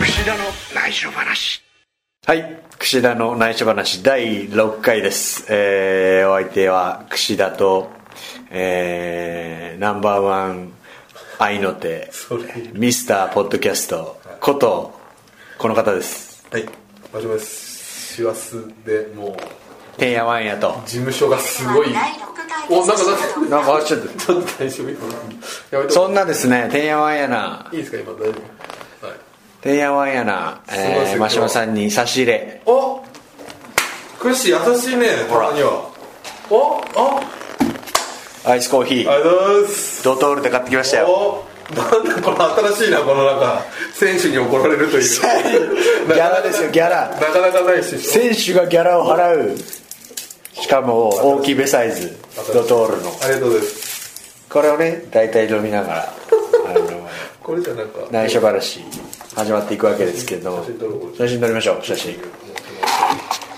串田の内緒話はい櫛田の内緒話第6回です、えーお相手は櫛田と、えーナンバーワン愛の手それミスターポッドキャストことこの方ですはいマジマです師走でもうてんやわんやと事務所がすごいおなんかなんかなんかちょっとちょっと大丈夫今やめてそんなですねてんやわんやないいですか今大丈夫はいてんやわんやな、すごいですえー、よマシモさんに差し入れおクッシー優しいねほらたまにはおあアイスコーヒあーりがとうございますドトールで買ってきましたよおなんだこの新しいなこのなんか選手に怒られると いうギャラですよギャラなかなかないし選手がギャラを払うしかも大きめサイズドトールのありがとうございますこれをね大体飲みながらあのこれじゃなんか内緒話始まっていくわけですけど写真撮ろうこれ写真撮りましょう写真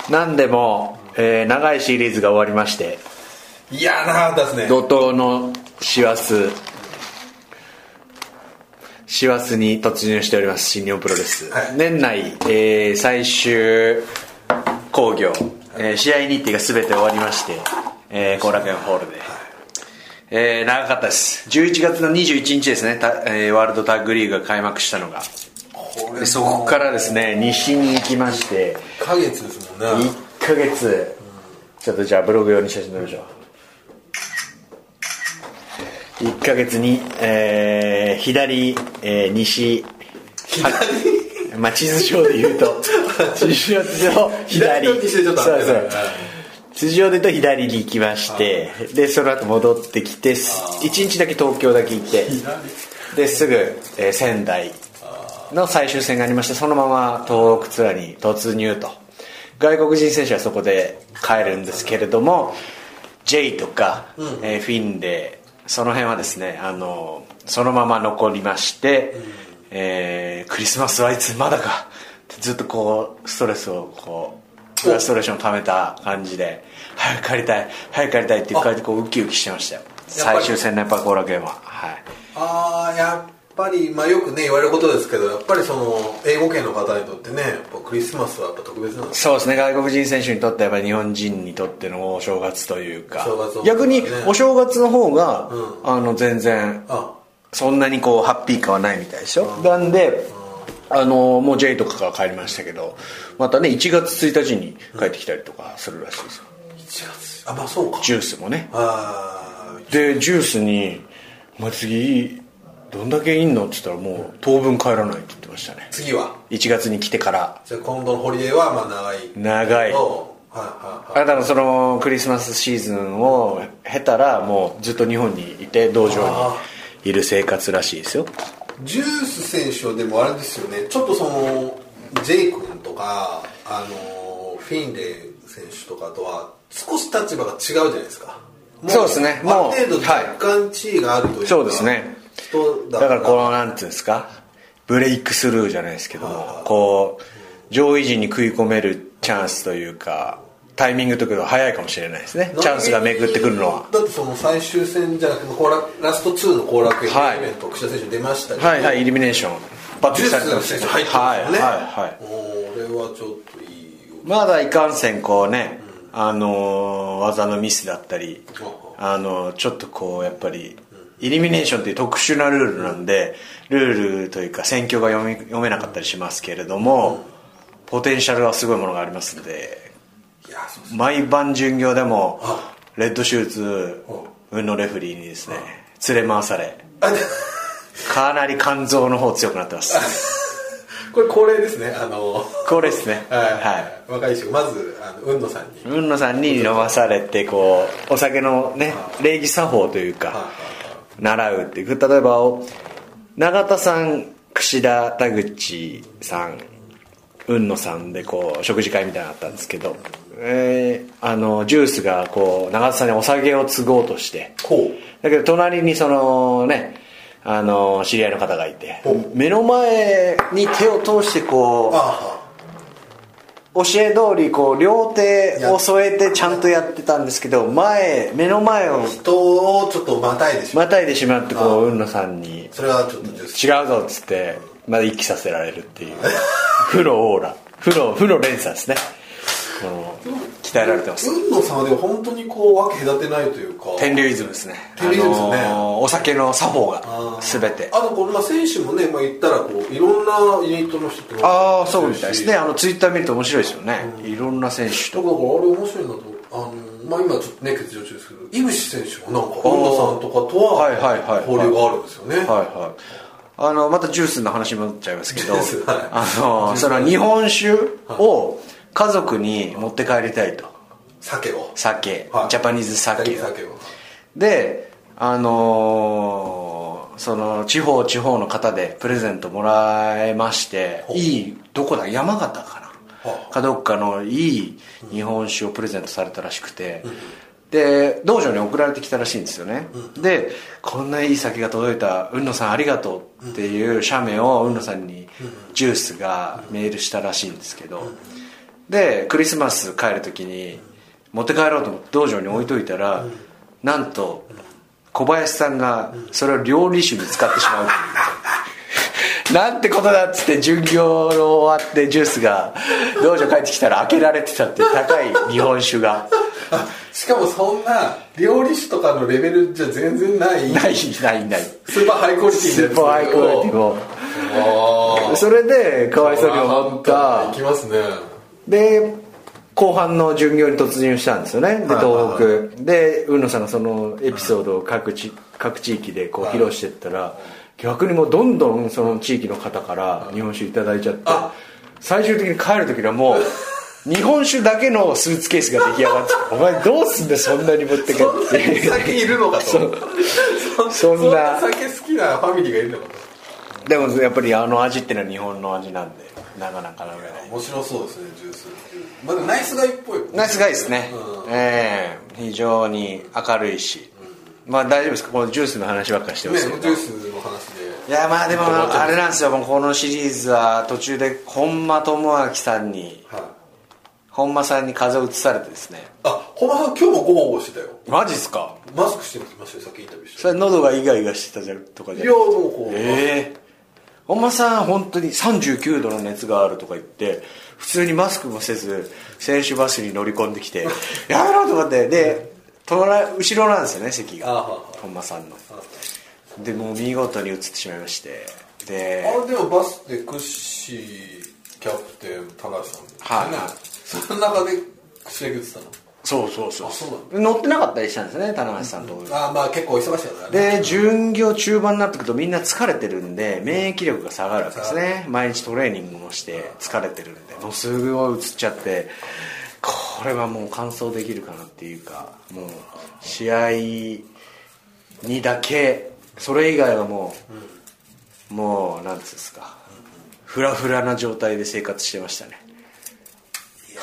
なんでも、えー長いシリーズが終わりましていやなかったですね怒涛の師走師走に突入しております新日本プロレス、はい年内、えー最終興行、えー試合日程が全て終わりまして後、えー後楽園ホールで、えー長かったです11月の21日ですね、たえーワールドタッグリーグが開幕したのがでそこからですね西に行きまして1ヶ月ですもんね1ヶ月ちょっとじゃあブログ用に写真撮りましょう1ヶ月に、えー左、えー西は まあ地図上で言う と地図上と左左と西でちょっとそうそ合ってなういはい地図上で言うと左に行きましてでその後戻ってきて1日だけ東京だけ行ってですぐ、えー仙台の最終戦がありましてそのまま東北ツアーに突入と外国人選手はそこで帰るんですけれども J とか、えーフィンでその辺はですねあのそのまま残りまして、えークリスマスはいつまだかってずっとこうストレスをこうフラストレーションを溜めた感じで早く帰りたい早く帰りたいっていう感じでこうウキウキしてましたよぱり最終戦のやっぱ後楽園ははいああやっぱり、まあ、よくね言われることですけどやっぱりその英語圏の方にとってねやっぱクリスマスはやっぱ特別なんですそうですね外国人選手にとってはやっぱ日本人にとってのお正月というかお正月の方がね逆にお正月の方が、うあの全然あそんなにこうハッピー感はないみたいでしょ、なんで、あのもう J とかから帰りましたけどまたね1月1日に帰ってきたりとかするらしいですよ、 1月あまあそうかジュースもねあーでジュースに「まあ、次どんだけいんの?」って言ったらもう当分帰らないって言ってましたね次は1月に来てからじゃあ今度のホリデーはまあ長い長いとはいはいあはいなたのそのクリスマスシーズンを経たらもうずっと日本にいて道場にいる生活らしいですよジュース選手はでもあれですよねちょっとその J 君とかあのフィンレイ選手とかとは少し立場が違うじゃないですかもそうですねもうある程度若干地位があるというか、そうですね人だからこらのなんていうんですかブレイクスルーじゃないですけどもこう上位陣に食い込めるチャンスというかタイミングというか早いかもしれないですねチャンスが巡ってくるのはだってその最終戦じゃなくて後楽ラスト2の後楽園はいイベント、櫛田選手出ましたけどはいはいイルミネーション抜ジ擢ューされてまスし選たね手入ってまはすいよはいね、はいこれはちょっといいよまだいかんせんこうね、あのー技のミスだったり、あのーちょっとこうやっぱり、イルミネーションという特殊なルールなんで、ルールというか選挙が読み読めなかったりしますけれども、ポテンシャルはすごいものがありますんで、いやそうです毎晩巡業でも、レッドシューズ運のレフェリーにですね、連れ回され、あで かなり肝臓の方強くなって ます。これ恒例ですねあのこれですね。はいはい、若い衆まずあの海野さんに海野さんに飲まされてこうお酒のね礼儀作法というか習うっていう例えば永田さん櫛田田口さん海野さんでこう食事会みたいなのあったんですけど、えーあのジュースがこう永田さんにお酒を継ごうとしてこだけど隣にそのねあの知り合いの方がいてほう目の前に手を通してこうあ教え通りこう両手を添えてちゃんとやってたんですけど前目の前を人をちょっとまたいでしまうまたいでしまってこう海野さんにそれはちょっと重視違うぞっつってまだ息させられるっていう フロオーラフロフロ連鎖ですねこの鍛えられてます海野さんはでも本当にこう分け隔てないというか天竜イズムですね天竜イズムですねあのーお酒の作法があー全てあとこの、まあ、選手もね、まあ、言ったらこういろんなユニットの人とああそうみたいですねだあかのツイッター見ると面白いですよねいろんな選手らあとれ面白いなとあのまあ今ちょっとね欠場中ですけど井口選手もなんか本田さんとかとはいはいはいははい交流があるんですよね、はいはいあのまたジュースの話に戻っちゃいますけど、ジュースはいあのその日本酒を家族に持って帰りたいと酒を酒、はいジャパニーズ酒酒を酒をであのーその地方地方の方でプレゼントもらえましてほういいどこだ山形かな、はあかどっかのいい日本酒をプレゼントされたらしくて、で道場に送られてきたらしいんですよね、でこんないい酒が届いた海野さんありがとうっていう写メを海野さんにジュースがメールしたらしいんですけど、でクリスマス帰る時に持って帰ろうと思って道場に置いといたら、なんと小林さんがそれを料理酒に使ってしまうと いうなんてことだっつって巡業の終わってジュースが道場帰ってきたら開けられてたっていう高い日本酒があしかもそんな料理酒とかのレベルじゃ全然ないないないないスーパーハイクオリティスーパーハイクオリティをああそれでかわいそうに思ったいきますね で後半の巡業に突入したんですよねではい東北で海野さんがそのエピソードを各地各地域でこうはい披露してったら逆にもうどんどんその地域の方から日本酒いただいちゃってあ最終的に帰る時にはも う日本酒だけのスーツケースが出来上がってて「お前どうすんだよそんなに持ってけ」っていう酒いるのかとそうそ そんんなな酒好きなファミリーがいるのかとでもやっぱりあの味っていうのは日本の味なんでなかなか飲めない面白そうですねジュースまだナイスガイっぽいナイスガイですね、うんええ非常に明るいし、まあ大丈夫ですかこのジュースの話ばっかりしてまねすけジど、ュースの話でいやまあでもちょっと終わっちゃいますあれなんですよもうこのシリーズは途中で本間智明さんにはい本間さんに風を移されてですねあ本間さん今日もゴボゴボしてたよマジっすかマスクしてましたよさっきインタビューしてそれ喉がイガイガしてたじゃんとかじゃいなやいもうこう、ええ本間さん本当に39度の熱があるとか言って普通にマスクもせず選手バスに乗り込んできて やめろと思ってで隣後ろなんですよね席あはがは本間さんのでもう見事に移ってしまいましてであれでもバスでクッシーキャプテン高橋さんですよねはいその中でクシー打ってたのそうそうそうあそうなん乗ってなかったりしたんですね棚橋さんと、あーまあ結構忙しいからねで巡業中盤になってくるとみんな疲れてるんで免疫力が下がるわけですね毎日トレーニングもして疲れてるんでもうすごい映っちゃってこれはもう完走できるかなっていうかもう試合にだけそれ以外はもう、もうなんつうんですかフラフラな状態で生活してましたね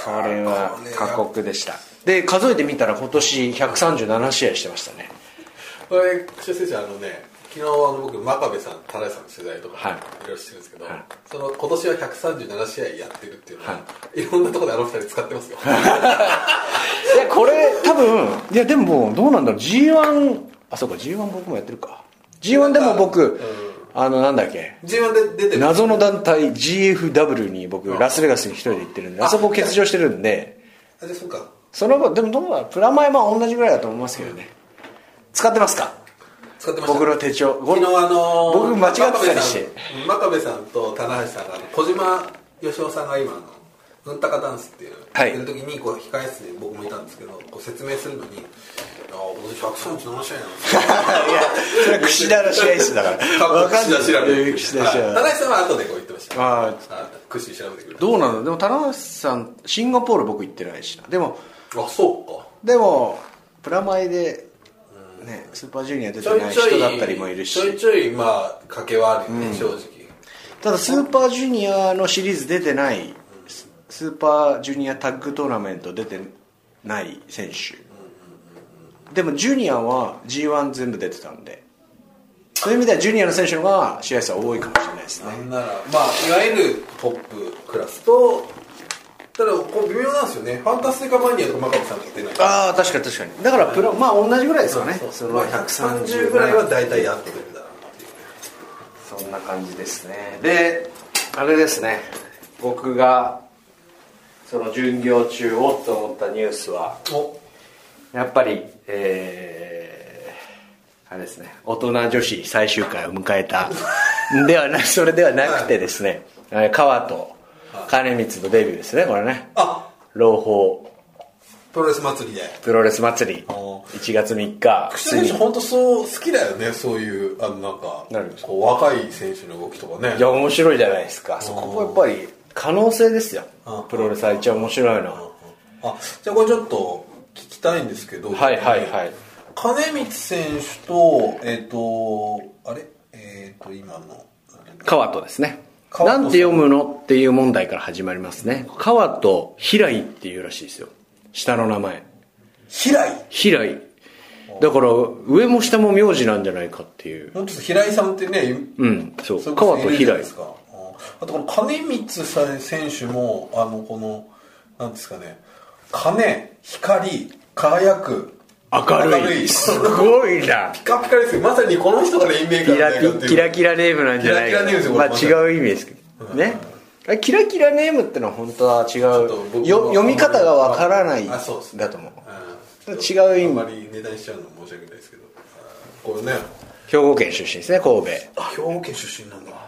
これは過酷でしたで数えてみたら今年137試合してましたねこれ岸田選手あのね昨日あの僕真壁さん田中さんの取材とはかいいろいろしてるんですけど、はいその今年は137試合やってるっていうのは、、はいろんなところであの二人使ってますよいやこれ多分いやでもどうなんだろう G1 あそうか G1 僕もやってるか G1 でも僕、うんあのなんだっけ G1 で出てる謎の団体 GFW に僕ラスベガスに一人で行ってるんであそこ欠場してるんであじゃあそうかその分でもどうだろうプラマイまあ同じぐらいだと思いますけどね使ってますか使ってました僕の手帳こ昨れ日あの僕間違ってたりして真壁さん真壁さんと棚橋さんがあの小島よしおさんが今あのうんたかダンスっていうのをはいやってる時にこう控え室で僕もいたんですけどこう説明するのに「ああ今年137試合なんですよ」いやそれは串田の試合室だ からわかんない串田調べえー串田調べ田中さんは後でこう言ってましたあーあクッシー調べてくれどうなのでも棚橋さんシンガポール僕行ってないしなでもあそうかでもプラマイで、ね、スーパージュニア出てない人だったりもいるしちょいちょいまあ賭けはあるよね、正直ただスーパージュニアのシリーズ出てないススーパージュニアタッグトーナメント出てない選手でもジュニアは g 1全部出てたんでそういう意味ではジュニアの選手の方が試合数は多いかもしれないですなねんならまあいわゆるトップクラスとただこう微妙なんですよねファンタスティカマニアとか真壁さんとか出ないああ確かに確かにだからプロまあ同じぐらいですかねそうそまのあ130ぐらいは大体やってくれるだろうなっていうそんな感じですねであれですね僕がその巡業中おっと思ったニュースはおやっぱりえー、あれですね大人女子最終回を迎え たではなそれではなくてですね、えー川と金光のデビューですねこれねあ朗報プロレス祭りでプロレス祭りお1月3日久選手本当そう好きだよねそういうあのなんかなるんですかこう若い選手の動きとかねいや面白いじゃないですかそこはやっぱり可能性ですようんプロレスは一番面白いのはあじゃあこれちょっと聞きたいんですけどはいはいはい金光選手とえっ、とあれえっ、と今の川とですねな川戸んて読むのっていう問題から始まりますね川と平井っていうらしいですよ下の名前平井平井だから上も下も名字なんじゃないかっていうもうちょっと平井さんってねうんそうれこそ川と有名じ平ゃない井ですかああとこの金光さん選手もあのこのなんですかね金光輝く明るいすごいなピカピカですよまさにこの人がレインメーカキーラなんだよっていうキラキラネームなんじゃないかキラキラネームですよまあこれ違う意味ですけどねキラキラネームってのは本当は違ちょっとう僕よ読み方がわからないあそうですねだと思ううん違う意味あんまり値段しちゃうの申し訳ないですけどこれね兵庫県出身ですね神戸あ兵庫県出身なんだは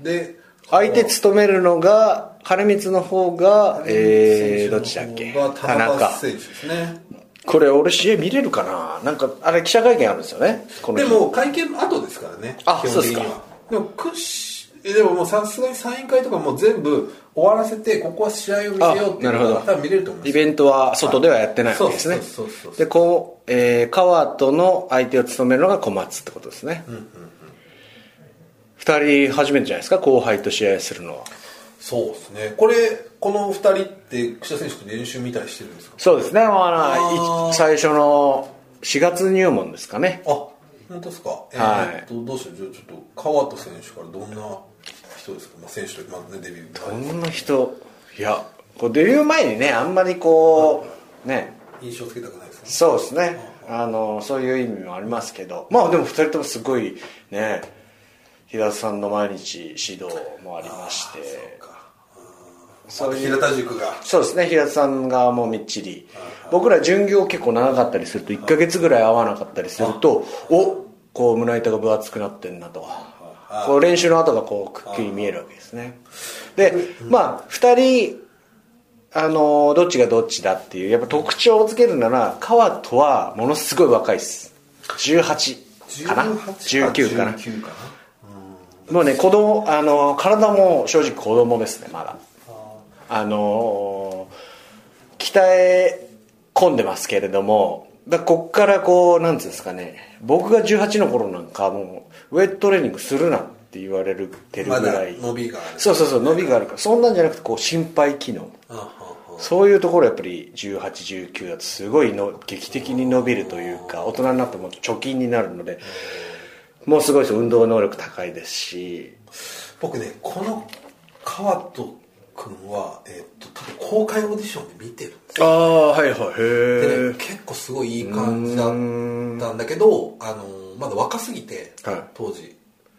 あで相手務めるのが金光の方が、えー、どっちだっけ田田中中選手ですねこれ俺試合見れるかななんかあれ記者会見あるんですよねこので日も会見の後ですからねあ基本的にはそうですかでもくしえでももうさすがにサイン会とかもう全部終わらせてここは試合を見せようっていあなうるのほがど多分見れると思うんでイすよベントは外ではやってないわけですね、はいそうそうそうそうでこう、えー、川との相手を務めるのが小松ってことですね、二人初めてじゃないですか後輩と試合するのはそうですねこれこの2人って櫛田選手と練習見たりしてるんですかそうですね、まああーい最初の4月入門ですかねあ本当ですか、えはいーっとどうしようじゃあちょっと川戸選手からどんな人ですか、まあ、選手というか、まあね、デビューこはいんな人いやこうデビュー前にねあんまりこうね印象つけたくないですかそうですねあのそういう意味もありますけどまあでも2人ともすごいね平田さんの毎日指導もありましてそういう平田塾がそうですね平田さんがもうみっちり僕ら巡業結構長かったりすると1ヶ月ぐらい会わなかったりするとおこう胸板が分厚くなってんなとこう練習の跡がこうくっきり見えるわけですねでまあ2人あのどっちがどっちだっていうやっぱ特徴をつけるなら川とはものすごい若いです18かな18 19かな19かなもうね子供あの体も正直子供ですねまだあの鍛え込んでますけれどもだこっからこうなんつうんですかね僕が18の頃なんかもうウェットトレーニングするなって言われるてるぐまだらい、伸びがあるそうそうそう伸びがあるからそんなんじゃなくてこう心肺機能あはあはそういうところやっぱり1819だとすごいの劇的に伸びるというか大人になっても貯金になるのでもうすごいです運動能力高いですしあ僕ねこの川戸君は、えーっと多分公開オーディションで見てるんですああはいはいでへね結構すごいいい感じだったんだけどあのまだ若すぎて、はい当時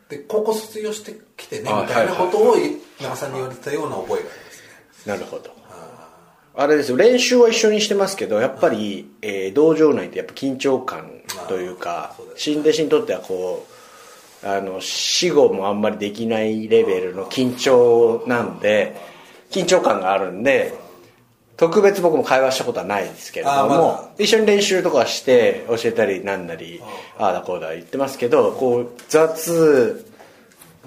で高校卒業してきてねあみたいなはいはいことを長さんに言われてたような覚えがありますねなるほどあれですよ練習は一緒にしてますけどやっぱり、えー道場内ってやっぱ緊張感というかそうだよね新弟子にとってはこうあの死後もあんまりできないレベルの緊張なんで緊張感があるんで特別僕も会話したことはないですけれどあも、ーまだ一緒に練習とかして教えたりなんなりああだこうだ言ってますけどこう雑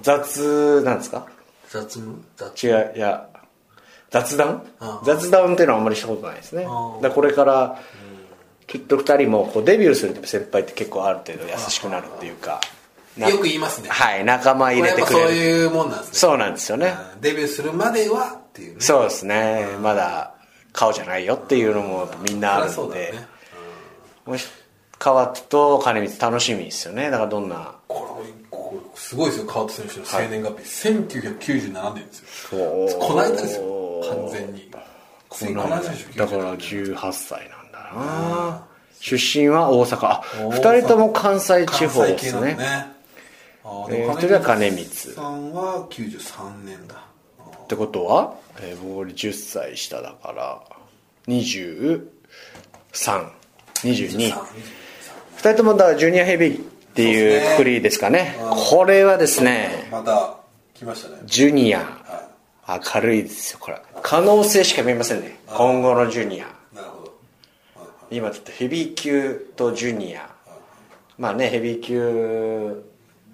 雑なんですか雑務雑違ういや雑談ああ雑談っていうのはあんまりしたことないですねだああからこれからきっと2人もこうデビューする先輩って結構ある程度優しくなるっていうかなよく言いますねはい仲間入これれやってぱくそうれるいうもんなんですねそうなんですよねうんデビューするまではっていうねうそうですねまだ顔じゃないよっていうのもやっぱみんなあるそのうだよでねもし川田と金光楽しみですよねだからどんなこれこれすごいですよ川戸選手の生年月日、1997年ですよおーこの間ですよ完全にこの79だから18歳なんだな出身は大阪あ2人とも関西地方関で西系すなのねあーえーでも一人は金光さんは93年だあーってことは、えー僕より10歳下だから2322 23人ともだからジュニアヘビーってそうですいねうくくりですかねうんこれはですねまた来ましたねジュニアは明るいですよこれ可能性しか見えませんね今後のジュニアいなるほどはいはい今ちょっとヘビー級とジュニアまあねヘビー級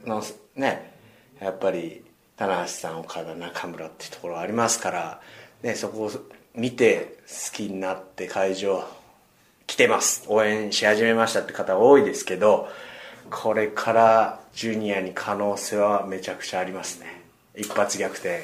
のねやっぱり棚橋さん岡田中村っていうところありますから、ね、そこを見て好きになって会場来てます応援し始めましたって方多いですけどこれからジュニアに可能性はめちゃくちゃありますね一発逆転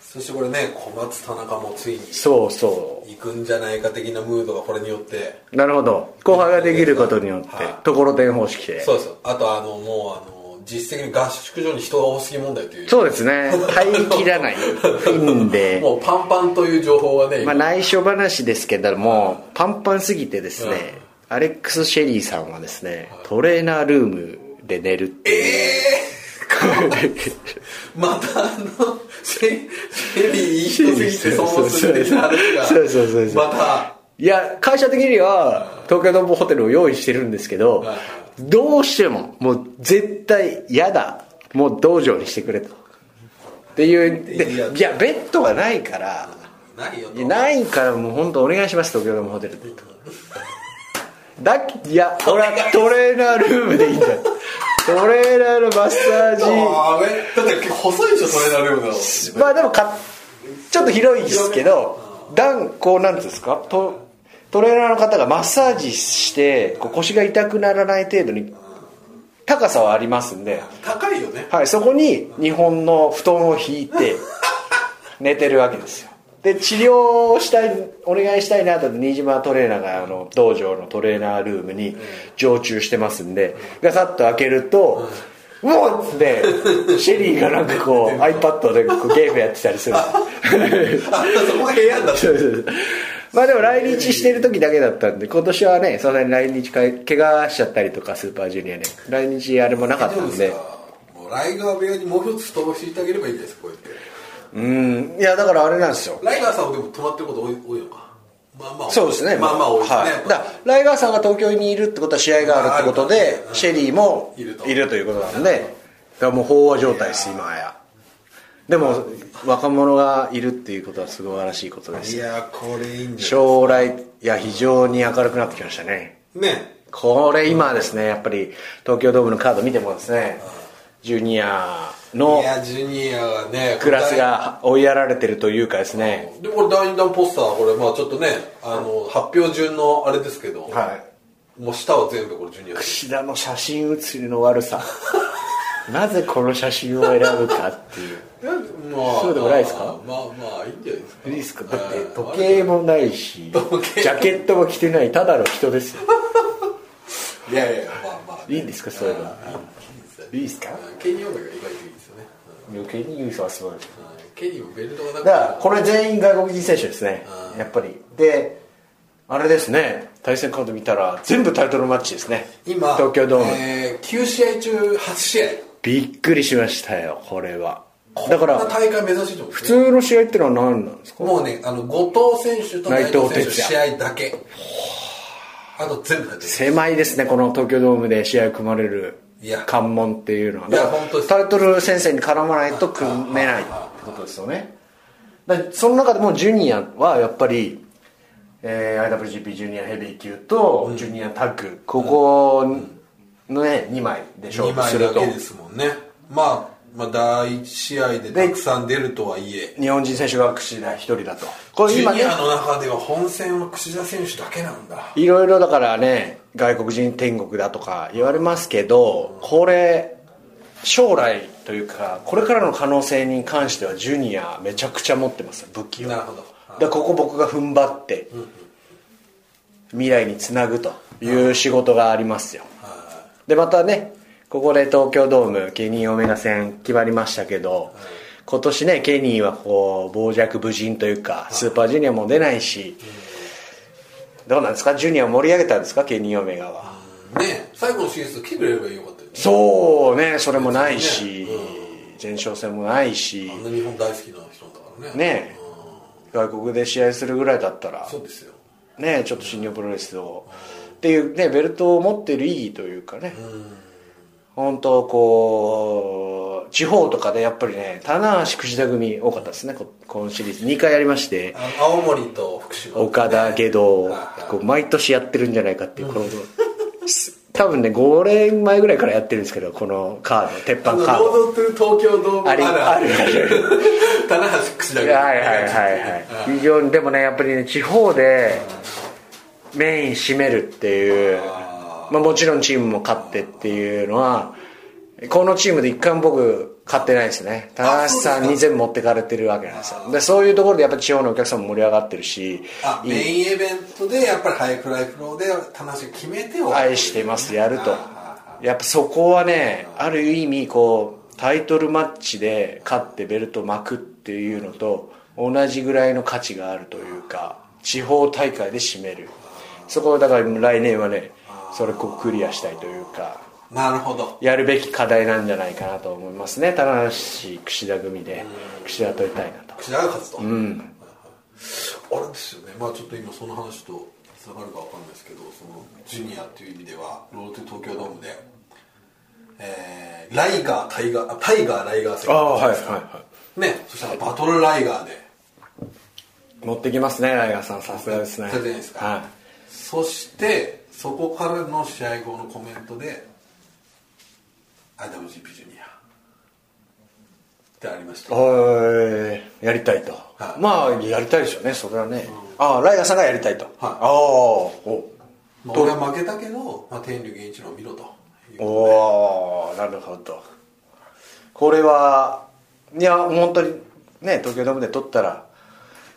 そしてこれね小松田中もついにそうそう行くんじゃないか的なムードがこれによってなるほど後輩ができることによってはいところてん方式でそうですよあとあのもうあの実質的に合宿所に人が多すぎ問題というそうですね入りき らないフィンでもうパンパンという情報がね、まあ、内緒話ですけどもパンパンすぎてですね、アレックス・シェリーさんはですねトレーナールームで寝るっていう、またあのシェシェリーいい人すぎて損をする的な話がそうそうそうそうまた いや会社的には東京ドームホテルを用意してるんですけどはいどうしてももう絶対嫌だもう道場にしてくれとっていういやでいやベッドがないからないよいとやないからもう本当お願いします東京ドームホテルでだいや俺はトレーナールームでいいんだよトレーナーのマッサあーえだって結構細いでしょそれなるようなージまあでもかちょっと広いですけど段こうなんていうんですかトトレーナーの方がマッサージしてこう腰が痛くならない程度に高さはありますんで、高いよねはい、そこに日本の布団を引いて寝てるわけですよで治療をしたいお願いしたいなと新島トレーナーがあの道場のトレーナールームに常駐してますんでガサッと開けると「うおっ!」ってシェリーがなんかこう iPad でこうゲームやってたりする あそこが部屋だそうそうそうまあでも来日してる時だけだったんで今年はねそんなに来日か怪我しちゃったりとかスーパージュニアね来日あれもなかったんでもうライガー部屋にもう一つ布団を敷いてあげればいいんですこうやってうんいやだからあれなんですよライガーさんはでも泊まってること多い多いのかまあまあ多いそうですねまあまあ多いですね、はい、だからライガーさんが東京にいるってことは試合があるってことでうんシェリーもいいるるとということなんでだからもう飽和状態です今やでも若者がいるっていうことはすごいらしいことでいすやこれいいんじゃない将来いや非常に明るくなってきましたねねこれ今ですねやっぱり東京ドームのカード見てもですねジュニアのいやジュニアがねクラスが追いやられてるというかですねでこれ第2弾ポスターこれまあちょっとねあの発表順のあれですけど、はいもう下は全部これジュニアです岸田の写真写りの悪さ なぜこの写真を選ぶかっていうまあそうでもないですかまあまあいいんじゃないですかリスクだってはい時計もないしジ時計ャケットも着てないただの人ですよ いやいやまあまあいいんですかそういうのはいいいでですすねかうんケニーオメガ意外といいですよね余計にユースはすごいだうんうんケニーもベルトがなくてからこれ全員外国人選手ですねうんやっぱりであれですね対戦カード見たら全部タイトルマッチですね今東京ドーム、えー9試合中8試合びっくりしましたよこれはだかこんなら大会目指してると思う普通の試合ってのは何なんですかもうねあの後藤選手と内藤選手の内藤哲試合だけあと全部だけ狭いですねこの東京ドームで試合組まれるいや関門っていうのはいやだから本当ですタイトル先生に絡まないと組めないってことですよねだからその中でもジュニアはやっぱり、えー IWGP ジュニアヘビー級とジュニアタッグ、ここのね2枚で勝2負す枚るとだけですもんねまあまあ第1試合でたくさん出るとはいえ日本人選手が櫛田一人だとこジれュ今ねニアの中では本戦は櫛田選手だけなんだいろいろだからね外国人天国だとか言われますけどこれ将来というかこれからの可能性に関してはジュニアめちゃくちゃ持ってます武器をなるほどでここ僕が踏ん張って未来につなぐという仕事がありますよでまたねここで東京ドームケニーオメガ戦決まりましたけど今年ねケニーはこう傍若無人というかスーパージュニアも出ないし、どうなんですかジュニアを盛り上げたんですかケニー・オメガは、ね最後のシリーズ来てくれればよかったよねそうねそれもないし、ね前哨戦もないしあんな日本大好きな人だからねね外国で試合するぐらいだったらそうですよねちょっと新日本プロレスをっていうねベルトを持ってる意義というかね、本当こう地方とかでやっぱりね棚橋櫛田組多かったですねこ今シリーズ2回やりましてあの青森と福島、岡田外はい道はいこう毎年やってるんじゃないかっていうこの多分ね5年前ぐらいからやってるんですけどこのカード鉄板あのカードロードトゥー東京ドームありあるある 棚橋口だはいけはいはいはい非常にでもねやっぱりね地方でメイン占めるっていうあまあ、もちろんチームも勝ってっていうのはこのチームで一回も僕勝ってないですね高橋さんに全部持ってかれてるわけなんですよでそういうところでやっぱ地方のお客さんも盛り上がってるしあメインイベントでやっぱりハイフライフローで棚橋が決めてを愛してますやるとあやっぱそこはねある意味こうタイトルマッチで勝ってベルト巻くっていうのと同じぐらいの価値があるというか地方大会で締めるそこをだから来年はねそれこうクリアしたいというかなるほどやるべき課題なんじゃないかなと思いますね棚橋櫛田組で櫛田取りたいなと口が勝つと、あれですよねまあちょっと今その話とつながるかわかんないですけどそのジュニアっていう意味ではロードトゥー東京ドームで、えーライガータイガーあタイガーライガー戦ねそしたらバトルライガーで持ってきますねライガーさんさすがですねそうじゃないですかはそしてそこからの試合後のコメントで IWGP ジュニアってありましたいおいやりたいと、はいまあやりたいでしょうねそれはね、ああライガーさんがやりたいと、ああおまあ俺は負けたけど、まあ、天竜源一郎を見ろというおーなるほどこれはいや本当にね東京ドームで取ったら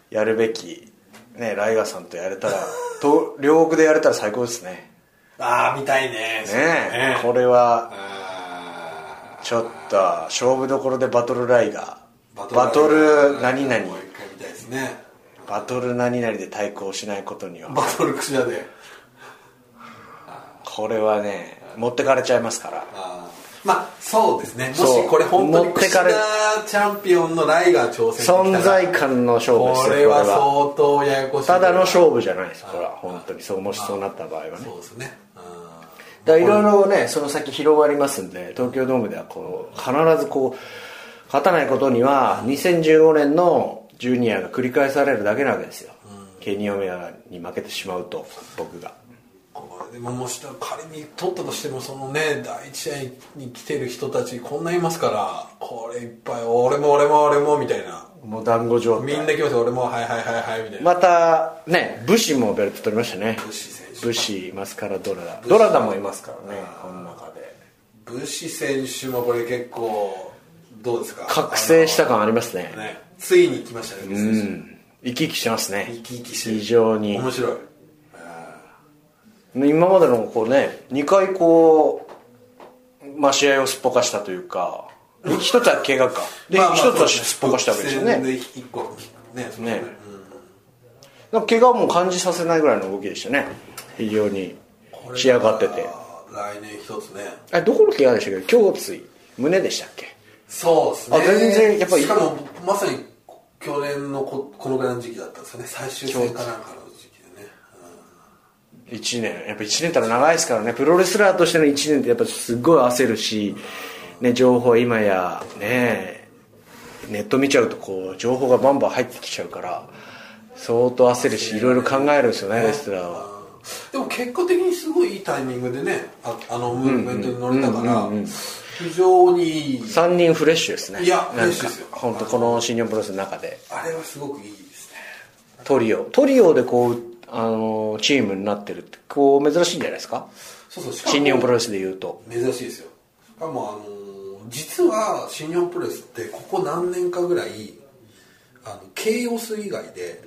やるべきねライガーさんとやれ たらと両国でやれたら最高ですねああ見たいねねえこれはあちょっと勝負どころでバトルライガーーバトルライ何ガ々ーもう一回見たいですねバトル何々で対抗しないことにはバトルクシダでこれはね持ってかれちゃいますからあーまあそうですねもそうしこれ本当持にっクてシかダれチャンピオンのライガー挑戦存に来たら在感の勝負ですよこれは相当ややこしいただの勝負じゃないですこれは本当にそうもしそうなった場合はねそうですねだからいろいろねその先広がりますんで東京ドームではこう必ずこう勝たないことには2015年のジュニアが繰り返されるだけなわけですよ、ケニー・オメガに負けてしまうと僕がこれでももし仮に取ったとしてもそのね第一試合に来てる人たちこんないますからこれいっぱい俺も俺も俺もみたいなもう団子状態みんな来ますよ俺もはいはいはいはいみたいなまたね武士もベルト取りましたね武士選手武士マスカラドラダドラダもいますからねこの中で武士選手もこれ結構どうですか覚醒した感ありますねあのねついに来ましたね武士う選ん生き生きしてますね手生き生きしてる非常に面白い今までのこうね2回こう、まあ、試合をすっぽかしたというか1つは怪我かで1まあまあつはすっぽかしたわけですよそうねで一個ねそうねなんか怪我も感じさせないぐらいの動きでしたね非常に仕上がってて来年一つねあどこの怪我でしたっけ胸椎胸でしたっけそうですねあ全然やっぱりしかもまさに去年のここのぐらいの時期だったんですよね最終戦かなんかの時期でね1年やっぱ1年たら長いですからねプロレスラーとしての1年ってやっぱすごい焦るし、ね、情報今やねネット見ちゃうとこう情報がバンバン入ってきちゃうから相当焦るしいろいろ考えるんですよねレスラーはでも結果的にすごいいいタイミングでねああのムーブメントに乗れたから非常にいい3人フレッシュですねいやなんフレッシュですよ本当この新日本プロレスの中であれはすごくいいですねトリオトリオでこうあのチームになってるってこう珍しいんじゃないですかそうそうしかも新日本プロレスでいうと珍しいですよしかもあのー実は新日本プロレスってここ何年かぐらいあのケイオス以外で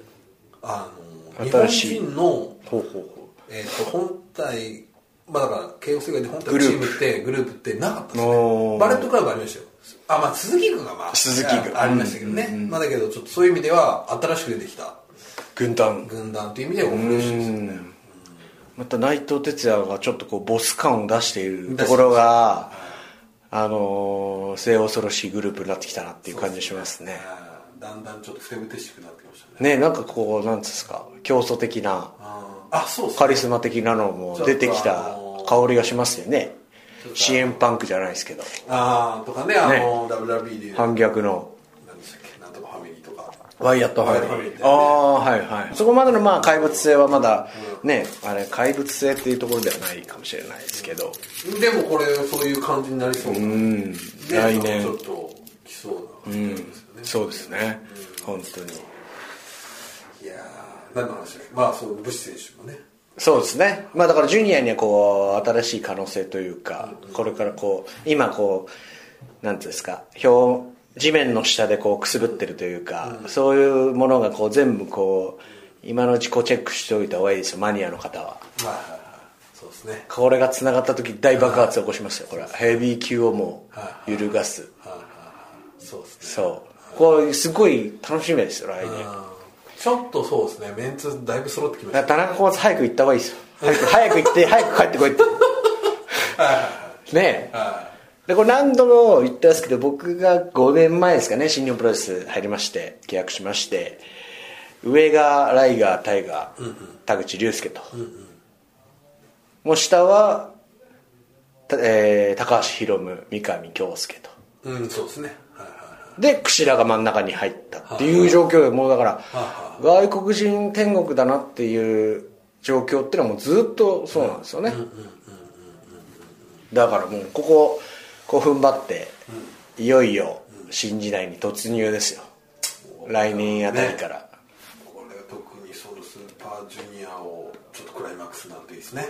あのー日本新しい人のほうほうほえー、と本体まあだから慶応以外で本グ体のルチーープムってグループってなかったんですおねーバレットクラブありましたよあまあ鈴木君がまあ鈴木君ありましたけどね、まあ、だけどちょっとそういう意味では新しく出てきた軍団軍団という意味では面白いですよねまた内藤哲也がちょっとこうボス感を出しているところがあのー末恐ろしいグループになってきたなっていう感じしますねあーだんだんちょっとふてぶてしくなってきましたねねなんかこうなんつうんですか競争的なあーあそうそうカリスマ的なのも出てきた香りがしますよね支援パンクじゃないですけどああとかねあの WRB で反逆の何でしたっけなんとかファミリーとかワイヤットファミリーああはいはいそこまでのまあ怪物性はまだねあれ怪物性っていうところではないかもしれないですけどでもこれそういう感じになりそうなね来年ちょっと来そうな感じですよねそうですね本当にいやー何の話だっけまあそうブッシュ選手もねそうですねまあだからジュニアにはこう新しい可能性というかこれからこう今こうなんていうんですか表地面の下でこうくすぶってるというかそういうものがこう全部こう今のうちこうチェックしておいた方がいいですよマニアの方ははいはいはいそうですねこれがつながった時大爆発を起こしますよこれはヘビー級をもう揺るがすはいはいはいそうですねそうこれすごい楽しみですよ来年あーちょっとそうですねメンツだいぶ揃ってきましだたから田中小松早く行った方がいいですよ早く早く行って早く帰ってこいってねえはでこれ何度も言ってますけど僕が5年前ですかね新日本プロレス入りまして契約しまして上がライガータイガー、田口竜介と、もう下は、たえー高橋宏夢三上京介というんそうですねはいはいで櫛田が真ん中に入ったっていう状況でもうだから外国人天国だなっていう状況っていうのはもうずっとそうなんですよねだからもうこここう踏ん張っていよいよ新時代に突入ですよ来年あたりからこれは特にそのスーパージュニアをちょっとクライマックスなんていいですね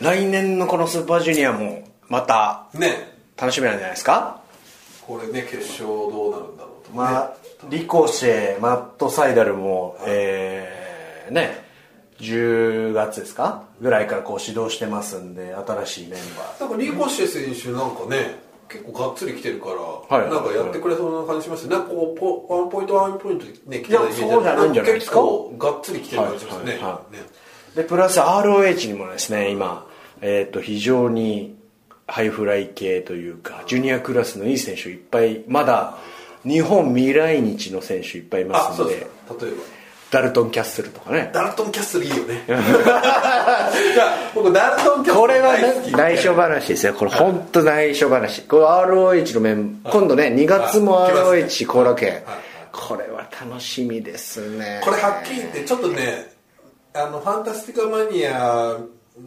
来年のこのスーパージュニアもまたね楽しみなんじゃないですかこれね決勝どうなるんだろうとかね、まあ、リコシェマット・サイダルも、えーね10月ですかぐらいからこう指導してますんで新しいメンバなんかリー・コッシェ選手なんかね結構がっつり来てるから、いなんかやってくれそうな感じしますねなんかこうポワンポイントワンポイントでね来ていやそうじゃないんじゃないですか結構がっつり来てる感じしますね,、はいはいねーでプラス ROH にもですね今、えー、と非常にハイフライ系というかジュニアクラスのいい選手いっぱいまだ日本未来日の選手いっぱいいあますそんうでです例えばダルトン・キャッスルとかねダルトン・キャッスルいいよ ねいや僕ダルトン・キャッスルこれは大好きね内緒話ですよこれ本当内緒話これ ROH の面今度ね2月もはい来ます ROH 後楽園はいこれは楽しみですねこれはっきり言ってちょっとねあのファンタスティカマニア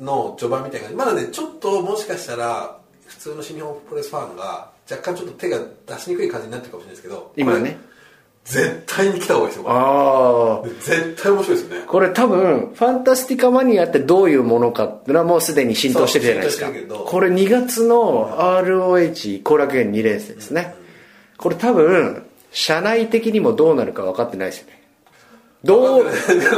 の序盤みたいな感じまだねちょっともしかしたら普通の新日本プロレスファンが若干ちょっと手が出しにくい感じになってるかもしれないですけど今ねこれ絶対に来た方がいいですよこああれ絶対面白いですよねこれ多分ファンタスティカマニアってどういうものかっていうのはもうすでに浸透してるじゃないですかそう浸透してるけどこれ2月の ROH 後楽園2連戦ですねこれ多分社内的にもどうなるか分かってないですよねどうい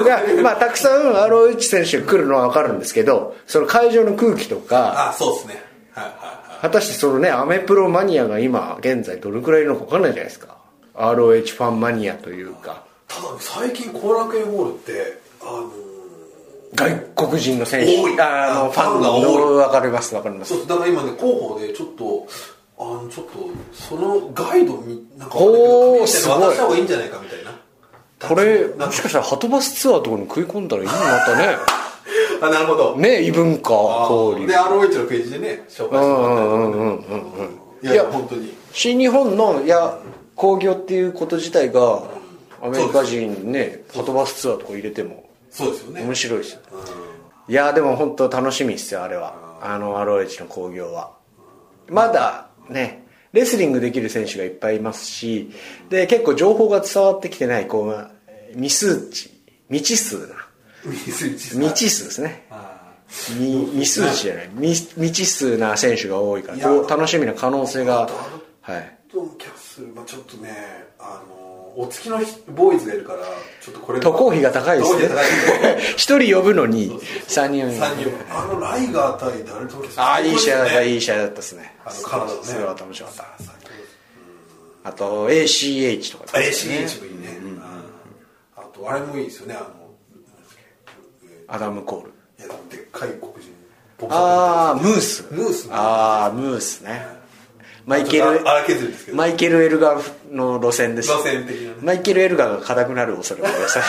やまあたくさん ROH 選手が来るのは分かるんですけどその会場の空気とかあそうですねはいはいはい果たしてそのねアメプロマニアが今現在どれくらいいるのか分かんないじゃないですか ROH ファンマニアというかただね最近後楽園ホールってあのー外国人の選手多いあのフファァンンがが多い多い分かります分かりますそうですだから今ね広報でちょっとあのちょっとそのガイドみなんかおー紙みたいなの渡した方がいいんじゃないかみたいなこれなんもかしかしたらはとバスツアーとかに食い込んだらいいのになったね あなるほどね異文化あー交で流 ROH のページでね紹介してもらったりとかねいやいや本当に新日本のいや興行っていうこと自体がアメリカ人ねはとバスツアーとか入れてもそうですよね面白いですよいやでも本当楽しみですよあれはあの ROH の興行はまだねレスリングできる選手がいっぱいいますしで結構情報が伝わってきてないこう未数値未知数な水内さん未知数ですねあみ未数値じゃない未未知数な選手が多いかいらやこう楽しみな可能性があとはいードンキャッスルまあちょっとねあのーお月のひボーイズがいるからちょっとこれ渡航費が高いですね渡航費が高い 一人呼ぶのに3人呼ぶ三人あのライガー対ダルトンキャッスルああいい試合だったいいい試合だったですねあのカナダのねそれは楽しかった最高ですあと ACH とかあですね ACH もいいね、うんあとあれもいいですよねあのなんだっけえアダム・コールーいやでっかい黒人ああムースムースねああムースねマイケちょっルと荒削りですけどマイケル・エルガーの路線です路線的なねマイケル・エルガーが硬くなる恐れもありました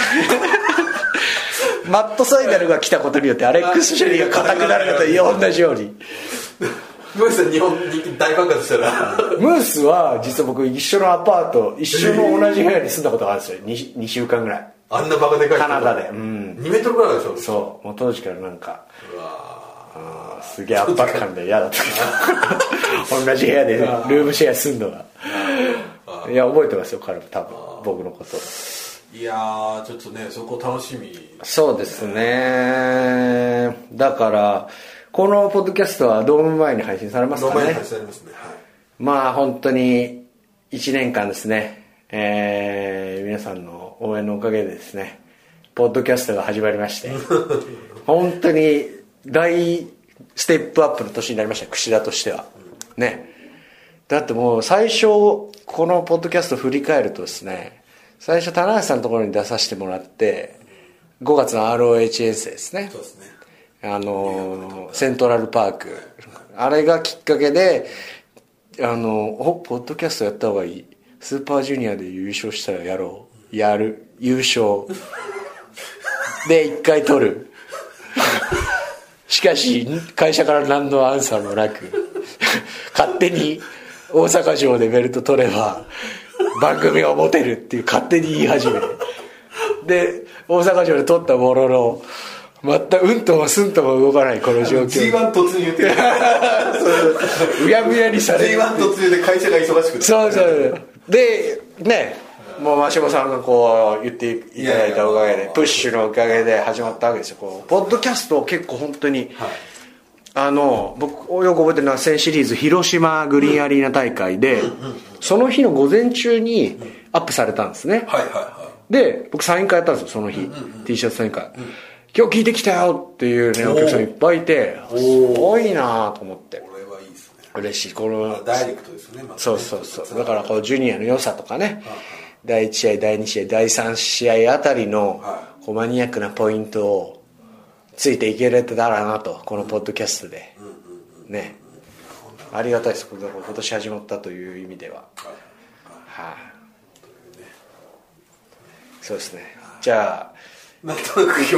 マット・サイダルが来たことによってアレックス・シェリーが硬くなるのと同じようにムースは日本に大爆発した らムースは実は僕一緒のアパート一緒の同じ部屋に住んだことがあるんですよ 2, 2週間ぐらいあんなバカでかいカナダでうん2メートルぐらいあるでしょそうもう当時からなんかうわあーすげえ圧迫感で嫌だった 同じ部屋でルームシェアすんのがいや覚えてますよ彼も多分僕のことーいやーちょっとねそこ楽しみそうですねだからこのポッドキャストはドーム前に配信されますのか前にね話ありますね、はいまあ本当に1年間ですね、えー皆さんの応援のおかげでですねポッドキャストが始まりまして本当に大ステップアップの年になりました櫛田としてはねだってもう最初このポッドキャストを振り返るとですね最初棚橋さんのところに出させてもらって5月の ROH 遠征ですねそうですねあのーセントラルパークあれがきっかけであのーおポッドキャストやった方がいいスーパージュニアで優勝したらやろうやる優勝で一回取るしかし会社から何のアンサーもなく勝手に大阪城でベルト取れば番組がモテるっていう勝手に言い始めで大阪城で取ったものの全くうんともすんとも動かないこの状況 G1 突 入っていううやむやにされる G1 突入で会社が忙しくてそうそうでねもう真下さんがこう言っていただいたおかげいやいでやプッシュのおかげで始まったわけですよこうポッドキャストを結構本当に、あの僕よく覚えてるのは先シリーズ広島グリーンアリーナ大会で、その日の午前中にアップされたんですね、はいはいはで僕サイン会やったんですよその日、T シャツサイン会、今日聞いてきたよっていうねお客さんいっぱいいてすごいなと思っていこれはいいですね嬉しいこのあダイレクトですねまたねそうそうそうだからこうジュニアの良さとかね第1試合第2試合第3試合あたりのはこうマニアックなポイントをついていけれたらなとこのポッドキャストでねありがたいですだから今年始まったという意味でははいそうですねじゃあなんとなく今日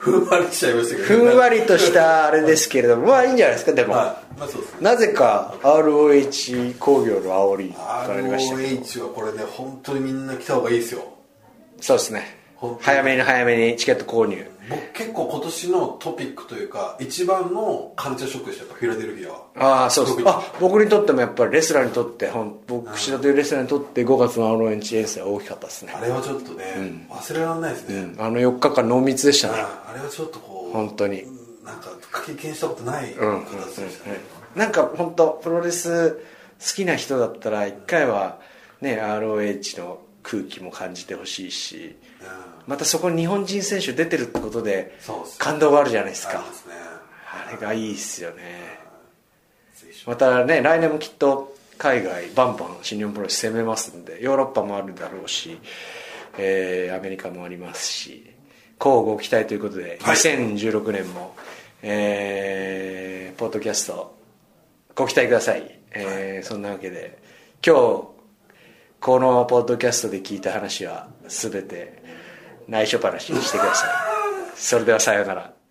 ふんわりしちゃいましたけどふんわりとしたあれですけれどもまあいいんじゃないですかでもまあまあそうですねなぜか ROH 工業の煽りとなりましたけど ROH はこれね本当にみんな来た方がいいですよそうですね本当に早めに早めにチケット購入僕結構今年のトピックというか一番のカルチャーショックでしたやっぱフィラデルフィアはああそうです特にあ僕にとってもやっぱりレスラーにとってほん僕串田というレスラーにとって5月の ROH 遠征は大きかったですねあれはちょっとね、忘れられないですね、あの4日間濃密でしたねああれはちょっとこう本当にうんなんか経験したことない形でしたね、なんか本当プロレス好きな人だったら一回はね ROH の空気も感じてほしいしまたそこに日本人選手出てるってことでそうっすね感動があるじゃないですあかりますねあれがいいっすよねぜひまたね来年もきっと海外バンバン新日本プロレス攻めますんでヨーロッパもあるだろうし、えーアメリカもありますし乞うご期待ということで、はい2016年も、えーポッドキャストご期待ください、えーそんなわけで今日このポッドキャストで聞いた話は全て内緒話にしてくださいそれではさようなら